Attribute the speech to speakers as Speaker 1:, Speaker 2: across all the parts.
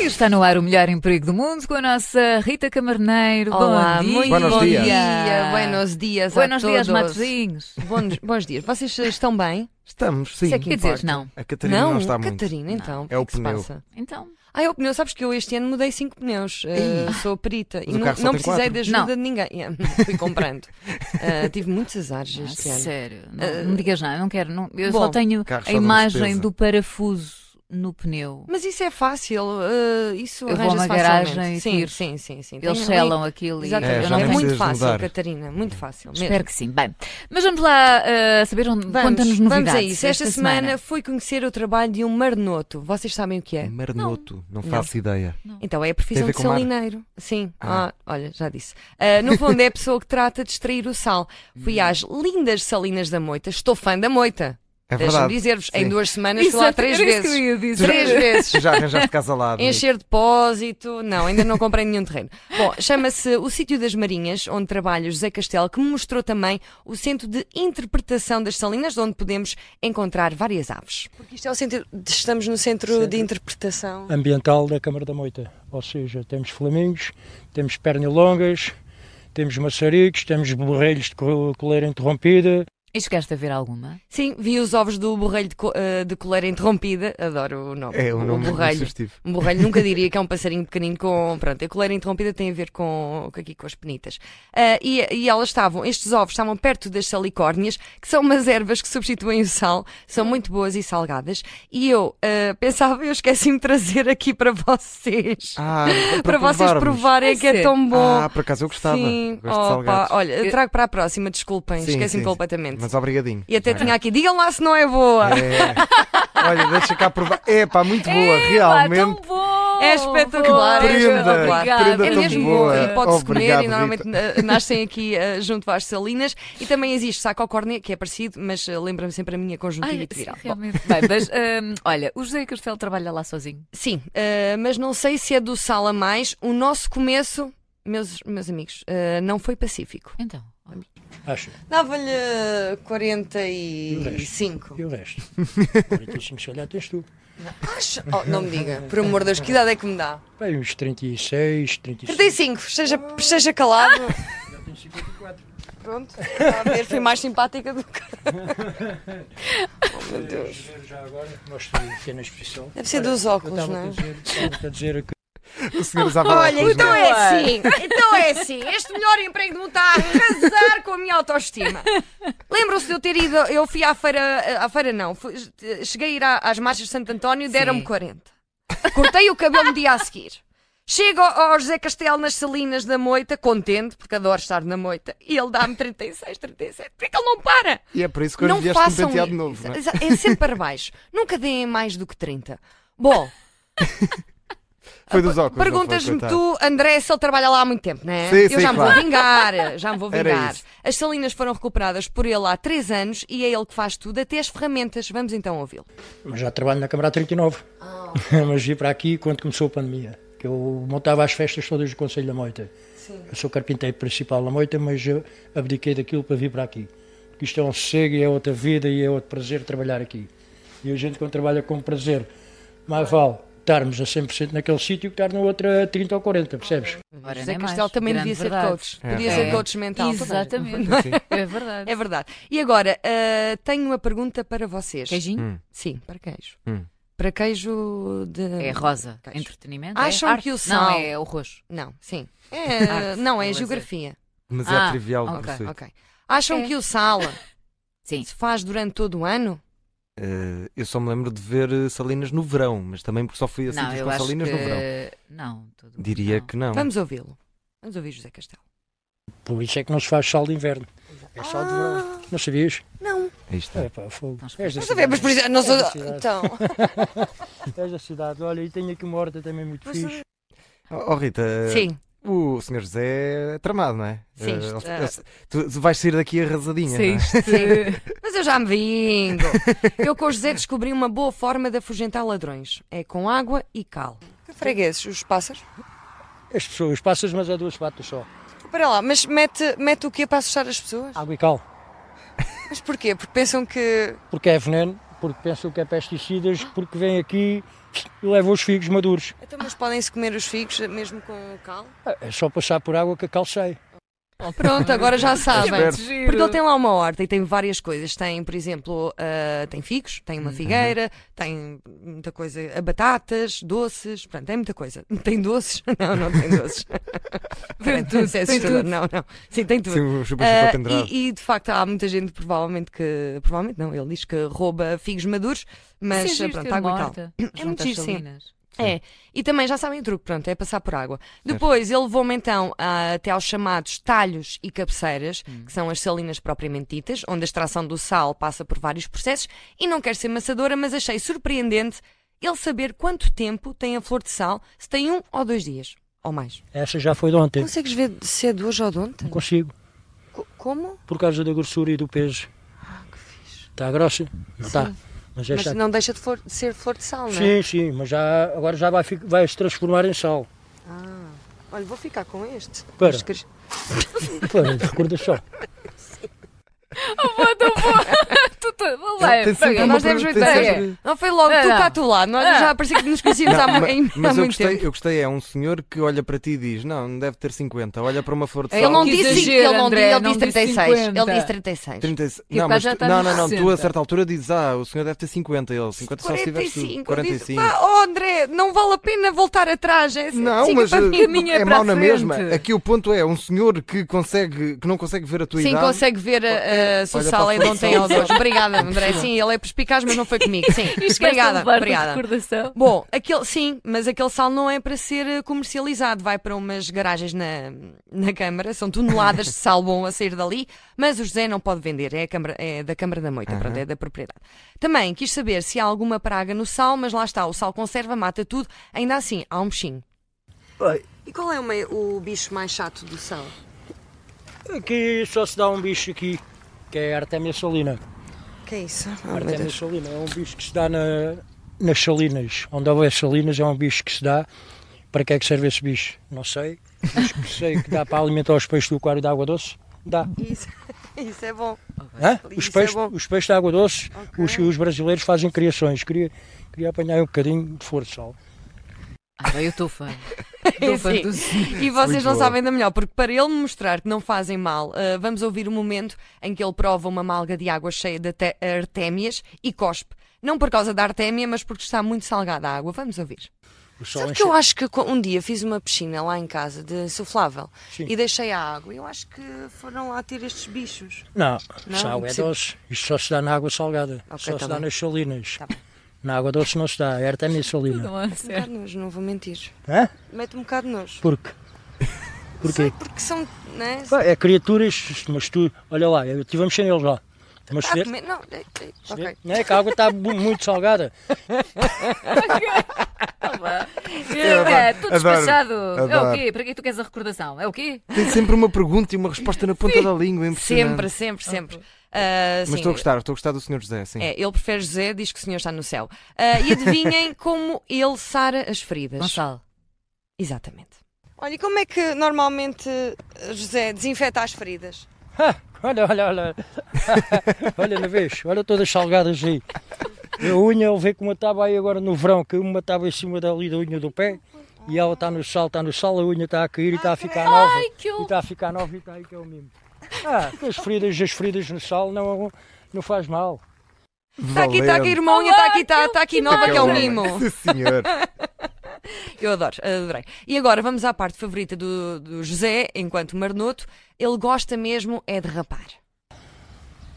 Speaker 1: Está no ar o melhor emprego do mundo com a nossa Rita Camarneiro.
Speaker 2: Olá,
Speaker 1: bom dia.
Speaker 2: muito
Speaker 3: Buenos
Speaker 2: bom
Speaker 3: dias.
Speaker 2: dia. Buenos dias
Speaker 1: Buenos
Speaker 2: a todos.
Speaker 1: dias, Matosinhos.
Speaker 2: Bons, bons dias. Vocês eh, estão bem?
Speaker 3: Estamos, sim.
Speaker 2: Isso é que
Speaker 1: Quer dizer,
Speaker 2: importa.
Speaker 1: não.
Speaker 3: A Catarina não, está muito.
Speaker 2: Catarina, então.
Speaker 3: É o
Speaker 2: que que se
Speaker 3: pneu.
Speaker 2: passa?
Speaker 1: Então,
Speaker 2: Ah, é o pneu. Sabes que eu este ano mudei cinco pneus. Uh, sou perita. E
Speaker 3: Mas o
Speaker 2: não,
Speaker 3: carro só
Speaker 2: não
Speaker 3: tem
Speaker 2: precisei
Speaker 3: quatro.
Speaker 2: de ajuda
Speaker 1: Não.
Speaker 2: de ninguém. Yeah, Fui comprando. Uh, tive muitos azares
Speaker 1: ah,
Speaker 2: este ano.
Speaker 1: sério, não, não me digas nada, não quero. não- eu só
Speaker 2: eh, Bom,
Speaker 1: tenho
Speaker 3: Carros
Speaker 1: a
Speaker 3: só dão
Speaker 1: imagem
Speaker 3: despesa.
Speaker 1: do parafuso no pneu.
Speaker 2: Mas isso é fácil. uh, isso
Speaker 1: Eu vou a
Speaker 2: arranja-se
Speaker 1: uma garagem
Speaker 2: facilmente.
Speaker 1: e
Speaker 2: sim,
Speaker 1: tiro.
Speaker 2: sim, sim, sim.
Speaker 1: Eles
Speaker 2: Tem ali-
Speaker 1: selam aquilo e
Speaker 2: Exatamente.
Speaker 1: eu
Speaker 3: já
Speaker 1: não
Speaker 2: é
Speaker 3: nem
Speaker 1: tenho.
Speaker 2: muito
Speaker 3: precisas
Speaker 2: fácil,
Speaker 3: mudar.
Speaker 2: Catarina. Muito fácil. mesmo.
Speaker 1: Espero que sim. Bem, mas vamos lá ah, saber onde.
Speaker 2: Vamos,
Speaker 1: Conta-nos
Speaker 2: vamos
Speaker 1: novidades.
Speaker 2: a isso. Esta, semana, fui conhecer o trabalho de um marnoto. Vocês sabem o que é?
Speaker 3: Marnoto, não, faço ideia.
Speaker 2: Então é a profissão
Speaker 3: Tem a ver
Speaker 2: de
Speaker 3: com o mar?
Speaker 2: salineiro. Sim,
Speaker 3: Ah.
Speaker 2: Ah, olha, já disse. Ah, no fundo é a pessoa que trata de extrair o sal.
Speaker 3: Hum.
Speaker 2: Fui às lindas salinas da moita. Estou fã da moita.
Speaker 3: É
Speaker 2: Deixem-me
Speaker 3: verdade.
Speaker 2: dizer-vos, em
Speaker 3: Sim.
Speaker 2: duas semanas
Speaker 1: Isso,
Speaker 2: estou lá três
Speaker 1: era isso que eu
Speaker 2: vezes.
Speaker 1: ia dizer.
Speaker 2: Três vezes.
Speaker 3: Já arranjaste casa lá. amigo.
Speaker 2: Encher depósito, não, ainda não comprei nenhum terreno. Bom, chama-se O Sítio das Marinhas, onde trabalha José Castelo, que me mostrou também o centro de interpretação das salinas, onde podemos encontrar várias aves. Porque isto é o centro, estamos no centro de interpretação.
Speaker 4: ambiental da Câmara da Moita. Ou seja, temos flamingos, temos pernilongas, temos maçaricos, temos borrelhos de co- coleira interrompida.
Speaker 1: E chegaste a ver alguma?
Speaker 2: Sim, vi os ovos do borrelho de, co- eh, de coleira interrompida, adoro o nome.
Speaker 3: É um
Speaker 2: o
Speaker 3: nome
Speaker 2: borrelho.
Speaker 3: sugestivo.
Speaker 2: Um borrelho nunca diria que é um passarinho pequenino com. Pronto, a coleira interrompida tem a ver com, com aqui com as penitas. Ah, e, e elas estavam, estes ovos estavam perto das salicórnias, que são umas ervas que substituem o sal, são muito boas e salgadas. E eu ah, pensava, eu esqueci-me de trazer aqui para vocês.
Speaker 3: Ah,
Speaker 2: para vocês
Speaker 3: provarmos.
Speaker 2: provarem
Speaker 1: É
Speaker 2: que é
Speaker 1: sério?
Speaker 2: tão bom.
Speaker 3: Ah, por acaso eu gostava.
Speaker 2: Sim,
Speaker 3: Gosto de
Speaker 2: opa,
Speaker 3: salgados.
Speaker 2: olha, trago para a próxima, desculpem,
Speaker 3: Sim,
Speaker 2: esqueci-me
Speaker 3: sim,
Speaker 2: completamente.
Speaker 3: Mas obrigadinho.
Speaker 2: E até
Speaker 3: Já.
Speaker 2: tinha aqui, digam lá se não é boa.
Speaker 3: É. Olha, deixa cá provar. É pá, muito boa,
Speaker 1: Epá, tão
Speaker 3: realmente.
Speaker 1: bom!
Speaker 2: É espetacular, é
Speaker 3: Prenda,
Speaker 2: espetacular.
Speaker 3: prenda
Speaker 2: é
Speaker 3: tão
Speaker 2: mesmo
Speaker 3: boa.
Speaker 2: E pode-se comer
Speaker 3: Obrigado,
Speaker 2: e normalmente eh, nascem aqui eh, junto às salinas. E também existe sacocórnea, que é parecido, mas eh, lembra-me sempre a minha
Speaker 1: Ai,
Speaker 3: é
Speaker 2: conjuntivite
Speaker 1: sim,
Speaker 2: viral. Bom,
Speaker 1: realmente. Bem, mas hum, olha, o José Castelo trabalha lá sozinho.
Speaker 2: sim, eh, mas não sei se é do sal a mais. O nosso começo, meus, meus amigos, eh, não foi pacífico.
Speaker 1: Então.
Speaker 4: Acho.
Speaker 2: Dava-lhe eh,
Speaker 4: E o resto?
Speaker 2: 45.
Speaker 4: E o resto? 45 se calhar tens tu.
Speaker 2: Acho- Oh, não me diga, por amor de Deus, que idade é que me dá?
Speaker 4: Bem, uns 36, 35.
Speaker 2: 35, esteja, esteja calado.
Speaker 4: Tenho 54.
Speaker 2: Pronto, está a ver, foi mais simpática do que.
Speaker 4: Meu Deus. Já agora, mostro uma cena especial.
Speaker 2: Deve ser dos óculos, não é?
Speaker 4: Estava a dizer que
Speaker 3: O senhor usava óculos, não é?
Speaker 2: assim, então é assim. Este melhor emprego do mundo está a arrasar com a minha autoestima. Lembram-se de eu ter ido, eu fui à feira, à feira não, fui- cheguei a ir à- às marchas de Santo António, deram-me
Speaker 1: Sim.
Speaker 2: 40. Cortei o cabelo no dia a seguir. Chego ao ao José Castelo nas Salinas da Moita, contente, porque adoro estar na Moita, e ele dá-me 36, 37. Por que é que ele não para?
Speaker 3: E é por isso que hoje
Speaker 2: não
Speaker 3: vieste um
Speaker 2: façam
Speaker 3: penteado
Speaker 2: i-
Speaker 3: novo. não é?
Speaker 2: Exa- É sempre para baixo. Nunca deem mais do que 30. Bom,
Speaker 3: Foi dos óculos. não foi,
Speaker 2: Perguntas-me
Speaker 3: coitado.
Speaker 2: tu, André, se ele trabalha lá há muito tempo, não é?
Speaker 3: Sim,
Speaker 2: Eu
Speaker 3: sim,
Speaker 2: já me vou
Speaker 3: claro.
Speaker 2: vingar, já me vou
Speaker 3: Era
Speaker 2: vingar.
Speaker 3: isso.
Speaker 2: As salinas foram recuperadas por ele há três anos e é ele que faz tudo, até as ferramentas. Vamos então ouvi-lo.
Speaker 4: Mas já trabalho na Câmara há 39.
Speaker 2: Ah.
Speaker 4: Mas vim para aqui quando começou a pandemia. Que eu montava as festas todas do Conselho da Moita. Eu sou carpinteiro principal da Moita, mas eu abdiquei daquilo para vir para aqui. Porque isto é um sossego e é outra vida e é outro prazer trabalhar aqui. E a gente, quando trabalha com prazer, mais vale estarmos a 100% naquele sítio que estar no outro a 30 ou 40, percebes?
Speaker 1: Agora
Speaker 2: José
Speaker 1: nem mais.
Speaker 2: Castelo também
Speaker 1: Grande
Speaker 2: devia ser
Speaker 1: verdade.
Speaker 2: coach. Podia ser
Speaker 1: É.
Speaker 2: coach mental.
Speaker 1: Exatamente. É verdade.
Speaker 2: É verdade. E agora, ah, tenho uma pergunta para vocês.
Speaker 1: Queijinho?
Speaker 2: Sim, para queijo.
Speaker 3: Hum.
Speaker 2: Para queijo de.
Speaker 1: É rosa.
Speaker 2: Queijo.
Speaker 1: Entretenimento.
Speaker 2: Acham
Speaker 1: é arte.
Speaker 2: que o
Speaker 1: Não,
Speaker 2: sal-
Speaker 1: é o roxo.
Speaker 2: Não, sim. É,
Speaker 1: Arte,
Speaker 2: não, é
Speaker 1: beleza.
Speaker 2: geografia.
Speaker 3: Mas
Speaker 1: Ah,
Speaker 3: é trivial
Speaker 1: ok,
Speaker 3: por si.
Speaker 2: Ok. Acham
Speaker 1: É.
Speaker 2: que o sal
Speaker 1: Sim.
Speaker 2: se faz durante todo o ano?
Speaker 3: Eh, eu só me lembro de ver eh, salinas no verão, mas também porque só fui a
Speaker 1: não,
Speaker 3: sítios
Speaker 1: eu
Speaker 3: com
Speaker 1: acho
Speaker 3: salinas
Speaker 1: que...
Speaker 3: no verão.
Speaker 1: Não. tudo-
Speaker 3: Diria
Speaker 1: não.
Speaker 3: que não.
Speaker 2: Vamos ouvi-lo. Vamos ouvir José Castelo.
Speaker 4: Por isso é que não se faz sal de inverno. É sal de verão. Não sabias?
Speaker 2: Não.
Speaker 3: Aí está.
Speaker 4: É pá, fogo.
Speaker 1: Nós
Speaker 4: És
Speaker 2: Ah.
Speaker 4: da
Speaker 2: Não
Speaker 4: cidade.
Speaker 2: sabemos, por exemplo, não sou.
Speaker 4: É verdade.
Speaker 2: Então.
Speaker 4: És da cidade. Olha, e tenho aqui uma horta também muito
Speaker 2: Mas,
Speaker 4: fixe.
Speaker 3: Oh, oh, Rita,
Speaker 2: Sim.
Speaker 3: o Sr. José é tramado, não é?
Speaker 2: Sim,
Speaker 3: Eh,
Speaker 2: isto-
Speaker 3: ele- ele- tu, tu vais sair daqui arrasadinha, não é?
Speaker 1: Sim.
Speaker 2: Mas eu já me vingo. Eu com o José descobri uma boa forma de afugentar ladrões. É com água e cal. Que fregueses? Os pássaros?
Speaker 4: As pessoas passas, mas a duas patas só.
Speaker 2: Espera lá, mas mete, Ah. mete o quê para assustar as pessoas?
Speaker 4: Água e cal.
Speaker 2: Mas porquê? Porque pensam que.
Speaker 4: Porque é veneno, porque pensam que é pesticidas, porque vem aqui e levam os figos maduros.
Speaker 2: Então, mas podem-se comer os figos mesmo com cal?
Speaker 4: É só passar por água que a calcei.
Speaker 2: Pronto, agora já sabem.
Speaker 3: Esperto.
Speaker 2: Porque ele tem lá uma horta e tem várias coisas. Tem, por exemplo, ah, tem figos, tem uma figueira, tem muita coisa, ah, batatas, doces, pronto, tem muita coisa. Tem doces? Não, não tem doces.
Speaker 1: Tem tudo,
Speaker 2: Isso é
Speaker 1: tem
Speaker 2: assustador.
Speaker 1: tudo.
Speaker 2: Não, não. Sim, tem tudo.
Speaker 3: Sim, o chupa-chupa
Speaker 2: Ah,
Speaker 3: pendurado.
Speaker 2: e, e, de facto há muita gente provavelmente que provavelmente não, ele diz que rouba figos maduros,
Speaker 1: Sim,
Speaker 2: mas
Speaker 1: é giro
Speaker 2: pronto,
Speaker 1: ter
Speaker 2: água
Speaker 1: uma
Speaker 2: e tal.
Speaker 1: horta
Speaker 2: É
Speaker 1: junto
Speaker 2: muito
Speaker 1: às
Speaker 2: giro, sim.
Speaker 1: salinas.
Speaker 2: É, e também já sabem o truque, pronto, é passar por água. Depois ele levou-me então a- até aos chamados talhos e cabeceiras,
Speaker 3: Hum.
Speaker 2: que são as salinas propriamente ditas, onde a extração do sal passa por vários processos, e não quero ser maçadora, mas achei surpreendente ele saber quanto tempo tem a flor de sal, se tem um ou dois dias, ou mais.
Speaker 4: Essa já foi de ontem.
Speaker 2: Consegues ver se é de hoje ou de ontem?
Speaker 4: Não consigo,
Speaker 2: Como?
Speaker 4: por causa da grossura e do peso. Ah, Está grossa? Não está. Mas
Speaker 3: É
Speaker 4: é? esta
Speaker 2: não deixa de, ser flor de sal, é?
Speaker 4: Sim, sim, mas já, agora já vai, fi- vai se transformar em sal.
Speaker 2: Olha, vou ficar com este.
Speaker 4: Espera. Mas Pô, recorda só.
Speaker 1: Tu, tu, vamos
Speaker 3: Ele
Speaker 1: lá,
Speaker 3: tem sempre
Speaker 1: Braga,
Speaker 3: uma
Speaker 1: nós devemos
Speaker 3: pergunta,
Speaker 1: ver-
Speaker 3: tem
Speaker 1: Braga,
Speaker 3: sempre-
Speaker 2: Não foi logo
Speaker 1: Não,
Speaker 2: tu
Speaker 1: não.
Speaker 2: cá tu lá. Nós
Speaker 1: Ah.
Speaker 2: é? já parecia que nos conhecíamos há,
Speaker 3: Não,
Speaker 2: mu-
Speaker 3: ma-
Speaker 2: em- há
Speaker 3: mas eu
Speaker 2: muito
Speaker 3: gostei,
Speaker 2: tempo.
Speaker 3: eu gostei, é um senhor que olha para ti e diz: Não, não deve ter 50. Olha para uma flor de
Speaker 2: Ele
Speaker 3: sal.
Speaker 2: não
Speaker 1: Que
Speaker 2: disse,
Speaker 1: exagero,
Speaker 2: ele não,
Speaker 1: André,
Speaker 2: disse- ele
Speaker 1: não
Speaker 2: disse
Speaker 1: disse
Speaker 2: 36.
Speaker 1: 50.
Speaker 2: Ele disse 36.
Speaker 3: 30 e-
Speaker 1: Tipo,
Speaker 3: não, mas
Speaker 1: já
Speaker 3: tu-
Speaker 1: tá
Speaker 3: não,
Speaker 1: nos
Speaker 3: não, não, tu a
Speaker 1: 60.
Speaker 3: certa altura dizes: Ah, o senhor deve ter 50. Ele, 50 só se tivesse tu.
Speaker 2: 45. Eu disse,
Speaker 3: 45.
Speaker 2: pá, oh André, não vale a pena voltar atrás. É,
Speaker 3: Não,
Speaker 2: siga
Speaker 3: mas
Speaker 2: para mim.
Speaker 3: eh,
Speaker 1: caminha
Speaker 3: é
Speaker 1: para a
Speaker 3: mau na
Speaker 1: frente.
Speaker 3: mesma. Aqui o ponto é: um senhor que, consegue, que não consegue ver a tua
Speaker 2: Sim,
Speaker 3: idade.
Speaker 2: consegue ver a, a
Speaker 3: Olha para a
Speaker 2: Sussala e
Speaker 3: flor de
Speaker 2: não tem
Speaker 3: sal.
Speaker 2: odores. Obrigada, André. Sim, ele é perspicaz, mas não foi comigo. Sim,
Speaker 1: Esquece de
Speaker 2: obrigada.
Speaker 1: levar-te a
Speaker 2: obrigada.
Speaker 1: recordação.
Speaker 2: Bom, aquele, sim, mas aquele sal não é para ser eh, comercializado, vai para umas garagens na, na Câmara, são toneladas de sal bom a sair dali, mas o José não pode vender, é, a Câmara- é da Câmara da Moita, pronto, é da propriedade. Também quis saber se há alguma praga no sal, mas lá está, o sal conserva, mata tudo, ainda assim há um bichinho.
Speaker 4: Oi.
Speaker 2: E qual é o, bicho mais chato do sal?
Speaker 4: Aqui só se dá um bicho aqui, que é a Artemia salina.
Speaker 2: Que é isso?
Speaker 4: Artemia salina é um bicho que se dá na- nas salinas. Onde houver salinas é um bicho que se dá. Para que é que serve esse bicho? Não sei. Mas que sei que dá para alimentar os peixes do aquário da água doce. Dá.
Speaker 2: isso, é bom.
Speaker 4: Hã? Os,
Speaker 2: Isso
Speaker 4: peixes,
Speaker 2: é bom.
Speaker 4: os peixes da água doce, os, os brasileiros fazem criações. Queria, queria apanhar um bocadinho de flor de sal.
Speaker 1: Ah, bem, eu estou fã. Estou fã
Speaker 2: Sim.
Speaker 1: do
Speaker 2: E vocês
Speaker 3: Muito
Speaker 2: não
Speaker 3: bom.
Speaker 2: sabem da melhor, porque para ele me mostrar que não fazem mal, ah, vamos ouvir o momento em que ele prova uma malga de água cheia de arte- artémias e cospe. Não por causa da artémia, mas porque está muito salgada a água. Vamos ouvir.
Speaker 4: O sol
Speaker 2: Sabe
Speaker 4: enche-
Speaker 2: que eu acho que co- um dia fiz uma piscina lá em casa de insuflável
Speaker 4: Sim.
Speaker 2: e deixei a água. Eu acho que foram lá ter estes bichos.
Speaker 4: Não,
Speaker 2: Não,
Speaker 4: sal é
Speaker 2: impossível.
Speaker 4: doce. Isto só se dá na água salgada.
Speaker 2: Ok,
Speaker 4: só
Speaker 2: tá
Speaker 4: se dá
Speaker 2: bem.
Speaker 4: nas salinas.
Speaker 2: Tá bem.
Speaker 4: Na água doce não se dá, é artémia salina.
Speaker 2: Um bocado de nojo, não vou mentir.
Speaker 4: Hã?
Speaker 2: Mete-me um bocado de nojo.
Speaker 4: Porquê? Porquê?
Speaker 2: Sei porque são. Né?
Speaker 4: Pá, é criaturas, mas tu, olha lá, eu estive a mexer neles lá. Mas
Speaker 2: Está
Speaker 4: se
Speaker 2: a
Speaker 4: ver,
Speaker 2: comer. Não, é- é-
Speaker 4: se ver,
Speaker 2: ok.
Speaker 4: não é que a água está bu- muito salgada.
Speaker 1: Ah, É, tudo
Speaker 3: Adoro,
Speaker 1: despachado. É o
Speaker 3: adoro.
Speaker 1: quê? Para que tu queres a recordação? É o quê?
Speaker 3: Tem sempre uma pergunta e uma resposta na ponta da língua. é impressionante.
Speaker 2: Sempre, sempre, sempre. Ah,
Speaker 3: Mas
Speaker 2: sim.
Speaker 3: estou a gostar, estou a gostar do senhor José. Sim.
Speaker 2: É, ele prefere José, diz que o senhor está no céu. Ah, e adivinhem como ele sara as feridas.
Speaker 1: Gonçalo.
Speaker 2: Exatamente. Olha, como é que normalmente José desinfeta as feridas?
Speaker 4: Ah, olha, olha, olha. olha na vez, olha todas salgadas aí. A unha eu vejo com uma tábua aí agora no verão, que uma tábua em cima dali da unha do pé. E ela está no sal, está no sal, a unha está a cair e está a ficar nova.
Speaker 1: Ai, que
Speaker 4: E
Speaker 1: horror.
Speaker 4: está a ficar nova e está aí que é o mimo. Ah, com as feridas, as feridas no sal não, não faz mal.
Speaker 2: Está Tá aqui, está aqui,
Speaker 3: Valente.
Speaker 2: irmão, está aqui, está
Speaker 1: Olá,
Speaker 2: está aqui
Speaker 1: que
Speaker 2: nova, que é o
Speaker 1: maravilha.
Speaker 2: mimo.
Speaker 3: Sim, senhor.
Speaker 2: Eu adoro, adorei. E agora vamos à parte favorita do, do José, enquanto marnoto. Ele gosta mesmo é de rapar.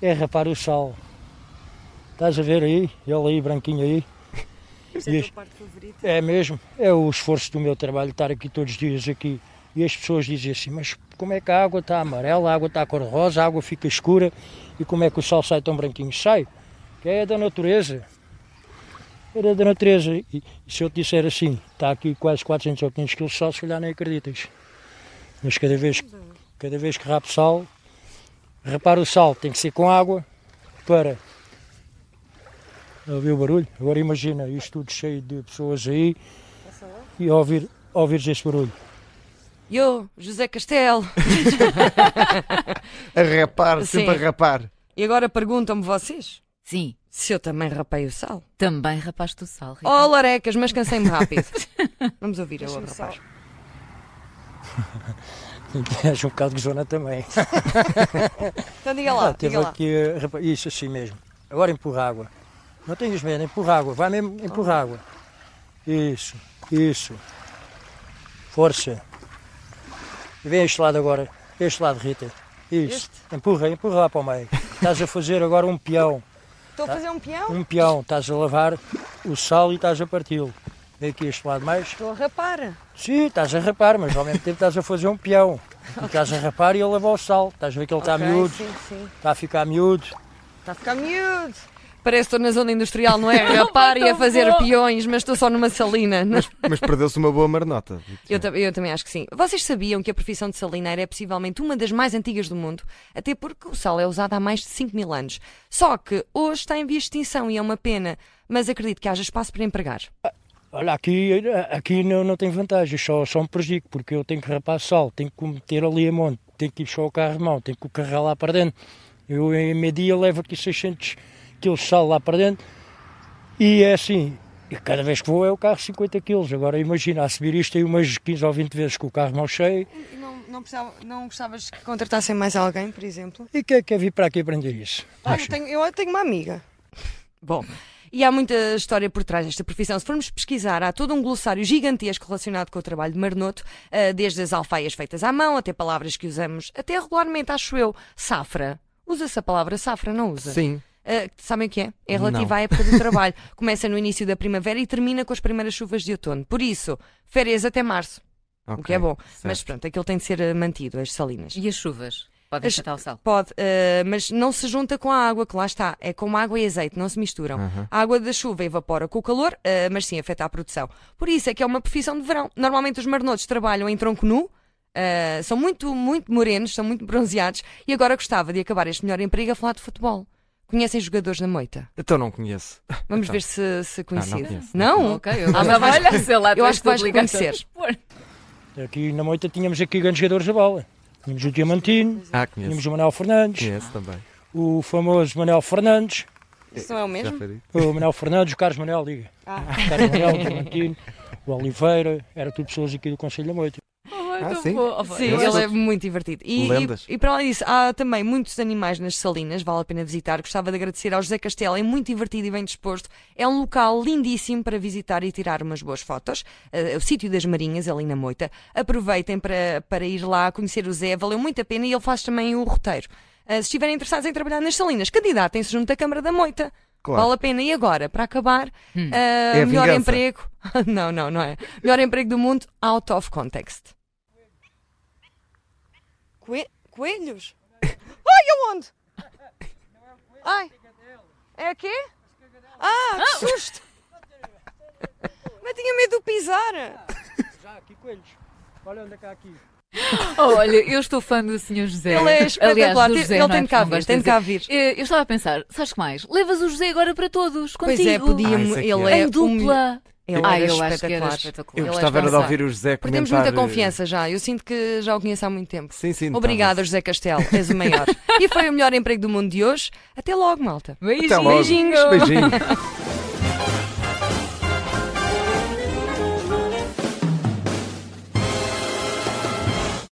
Speaker 4: É rapar o sal. Estás a ver aí? Ele aí, branquinho aí. E as-
Speaker 2: parte favorita.
Speaker 4: É mesmo, é o esforço do meu trabalho estar aqui todos os dias aqui. E as pessoas dizem assim, mas como é que a água está amarela, a água está cor-de-rosa, a água fica escura e como é que o sal sai tão branquinho? Sai, que é da natureza. Era da natureza. E, e se eu te disser assim, está aqui quase 400 ou 500 quilos de sal, se calhar nem acreditas. Mas cada vez,
Speaker 2: é.
Speaker 4: cada vez que rapo sal, repara o sal, tem que ser com água para ouviu o barulho? Agora imagina isto tudo cheio de pessoas aí e ouvir, ouvires este barulho.
Speaker 2: Eu, José Castelo.
Speaker 3: A rapar,
Speaker 2: Sim.
Speaker 3: sempre a rapar.
Speaker 2: E agora perguntam-me vocês.
Speaker 1: Sim.
Speaker 2: Se eu também rapei o sal.
Speaker 1: Também rapaste o sal, Rita.
Speaker 2: Oh, larecas, mas cansei-me rápido. Vamos ouvir a outro rapaz.
Speaker 4: És um bocado zona também.
Speaker 2: Então diga lá,
Speaker 4: Ah, teve
Speaker 2: diga lá.
Speaker 4: aqui, eh, rapa- isso assim mesmo. Agora empurra água. Não tenhas medo, empurra água. Vai mesmo,
Speaker 2: Ah.
Speaker 4: empurra água. Isso, isso. Força. E vem este lado agora. Este lado, Rita. Isso. Empurra, empurra lá para o meio. Estás a fazer agora um peão.
Speaker 2: Estou a fazer um peão?
Speaker 4: Um peão. Estás a lavar o sal e estás a parti-lo. Vem aqui este lado mais.
Speaker 2: Estou a rapar.
Speaker 4: Sim, estás a rapar, mas ao mesmo tempo estás a fazer um peão. E estás a rapar e a lavar o sal. Estás a ver que ele está
Speaker 2: Ok,
Speaker 4: miúdo.
Speaker 2: Sim, sim.
Speaker 4: Está a ficar miúdo.
Speaker 2: Está a ficar miúdo. Parece que estou na zona industrial, não é? A Rapar e a fazer
Speaker 1: bom.
Speaker 2: peões, mas estou só numa salina. Não-
Speaker 3: Mas perdeu-se uma boa marnota.
Speaker 2: Eu, tam- eu também acho que sim. Vocês sabiam que a profissão de salineiro é possivelmente uma das mais antigas do mundo, até porque o sal é usado há mais de 5 mil anos. Só que hoje está em via de extinção e é uma pena, mas acredito que haja espaço para empregar.
Speaker 4: Olha, aqui, aqui não, não tem vantagens, só, só me prejudico, porque eu tenho que rapar sal, tenho que meter ali a monte, tenho que ir buscar o carro de mão, tenho que o carregar lá para dentro. Eu em meio dia levo aqui 600 quilos de sal lá para dentro e é assim, e cada vez que vou é o carro 50 quilos. Agora imagina, a subir isto aí umas 15 ou 20 vezes com o carro de mão cheio,
Speaker 2: Não, não, não gostavas que contratassem mais alguém, por exemplo?
Speaker 4: e quem é que quer vir para aqui aprender isso? Acho-
Speaker 2: eu tenho uma amiga. Bom, e há muita história por trás desta profissão. Se formos pesquisar, há todo um glossário gigantesco relacionado com o trabalho de marnoto, ah, desde as alfaias feitas à mão até palavras que usamos, até regularmente, acho eu, safra. Usa-se a palavra safra, não usa?
Speaker 3: Sim.
Speaker 2: Ah, sabem o que é? É relativo
Speaker 3: Não.
Speaker 2: à época do trabalho. Começa no início da primavera e termina com as primeiras chuvas de outono. Por isso, férias até março, o que é bom. Mas pronto, aquilo tem de ser ah, mantido, as salinas.
Speaker 1: E as chuvas? Podem
Speaker 2: As-
Speaker 1: afetar o sal.
Speaker 2: Pode, eh, mas não se junta com a água, que lá está. É como água e azeite, não se misturam.
Speaker 3: Ah.
Speaker 2: A água da chuva evapora com o calor, eh, mas sim afeta a produção. Por isso é que é uma profissão de verão. Normalmente os marnotes trabalham em tronco nu. eh, são muito, muito morenos, são muito bronzeados e agora gostava de acabar este melhor emprego a falar de futebol. Conhecem jogadores da moita?
Speaker 3: Então não conheço.
Speaker 2: Vamos
Speaker 3: Então.
Speaker 2: ver se, se conhecidas.
Speaker 3: conheço.
Speaker 2: não?
Speaker 1: Ok, eu
Speaker 2: Ah, mas vais-
Speaker 1: Hum. olha, sei lá, tu
Speaker 2: eu
Speaker 1: és
Speaker 2: acho que vais
Speaker 1: obrigada a
Speaker 2: reconhecer.
Speaker 1: expor.
Speaker 4: Aqui na moita tínhamos aqui grandes jogadores da bola. Tínhamos o Diamantino,
Speaker 3: Ah, conheço.
Speaker 4: tínhamos o Manuel Fernandes,
Speaker 3: Conheço também.
Speaker 4: o famoso Manuel Fernandes,
Speaker 2: Isso não é o
Speaker 3: Já
Speaker 2: mesmo?
Speaker 3: falei.
Speaker 4: O Manuel Fernandes, o Carlos Manuel, diga. O Carlos Manuel, o Diamantino, o Oliveira, era tudo pessoas aqui do Conselho da Moita.
Speaker 1: Oh,
Speaker 3: Ah,
Speaker 1: tão
Speaker 3: sim?
Speaker 1: bom. Oh, vai.
Speaker 2: Sim,
Speaker 3: Eu
Speaker 2: ele
Speaker 3: sou-
Speaker 2: é muito divertido. E,
Speaker 3: Lendas.
Speaker 2: e, e para além disso, há também muitos animais nas salinas, vale a pena visitar. Gostava de agradecer ao José Castelo, é muito divertido e bem disposto. É um local lindíssimo para visitar e tirar umas boas fotos. Eh, É o sítio das Marinhas, ali na Moita. Aproveitem para, para ir lá conhecer o Zé, valeu muito a pena e ele faz também o roteiro. Eh, se estiverem interessados em trabalhar nas salinas, candidatem-se junto à Câmara da Moita.
Speaker 3: Claro.
Speaker 2: Vale a pena. E agora, para acabar,
Speaker 1: Hum.
Speaker 2: eh,
Speaker 3: É a
Speaker 2: melhor
Speaker 3: vingança.
Speaker 2: emprego. não, não, não é. Melhor emprego do mundo, out of context. Coe- Coelhos? Ai, aonde? Ai. É aqui? Ah, que susto! Mas tinha medo de o pisar.
Speaker 4: Já aqui Ah, coelhos. Olha onde é cá aqui.
Speaker 1: Oh, olha, eu estou fã do Sr. José.
Speaker 2: é- Ele é espetacular.
Speaker 1: Aliás, do
Speaker 2: Tem-
Speaker 1: José,
Speaker 2: ele
Speaker 1: não é?
Speaker 2: tem de cá
Speaker 1: Não
Speaker 2: vir,
Speaker 1: gosto
Speaker 2: tem
Speaker 1: de
Speaker 2: de cá
Speaker 1: dizer.
Speaker 2: vir.
Speaker 1: Eh, Eu estava a pensar, sabes que mais? Levas o José agora para todos,
Speaker 2: Pois
Speaker 1: contigo.
Speaker 2: é, podia
Speaker 3: Ah, isso é que
Speaker 2: ele
Speaker 3: é.
Speaker 2: é
Speaker 1: Em dupla.
Speaker 2: Ele
Speaker 1: ah,
Speaker 2: era
Speaker 1: eu acho que era
Speaker 2: espetacular.
Speaker 1: espetacular.
Speaker 3: Eu
Speaker 1: Ele é
Speaker 3: gostava era de
Speaker 1: espetacular.
Speaker 3: ouvir o José
Speaker 2: Porque
Speaker 3: comentar.
Speaker 2: temos muita
Speaker 3: eh, Então,
Speaker 2: confiança já. Eu sinto que já o conheço há muito tempo.
Speaker 3: Sim, sim. tá
Speaker 2: Obrigada,
Speaker 3: notava-se.
Speaker 2: José Castelo. És o maior. e foi o melhor emprego do mundo de hoje. Até logo, malta.
Speaker 3: Até logo.
Speaker 1: Beijinho.
Speaker 3: Beijinho.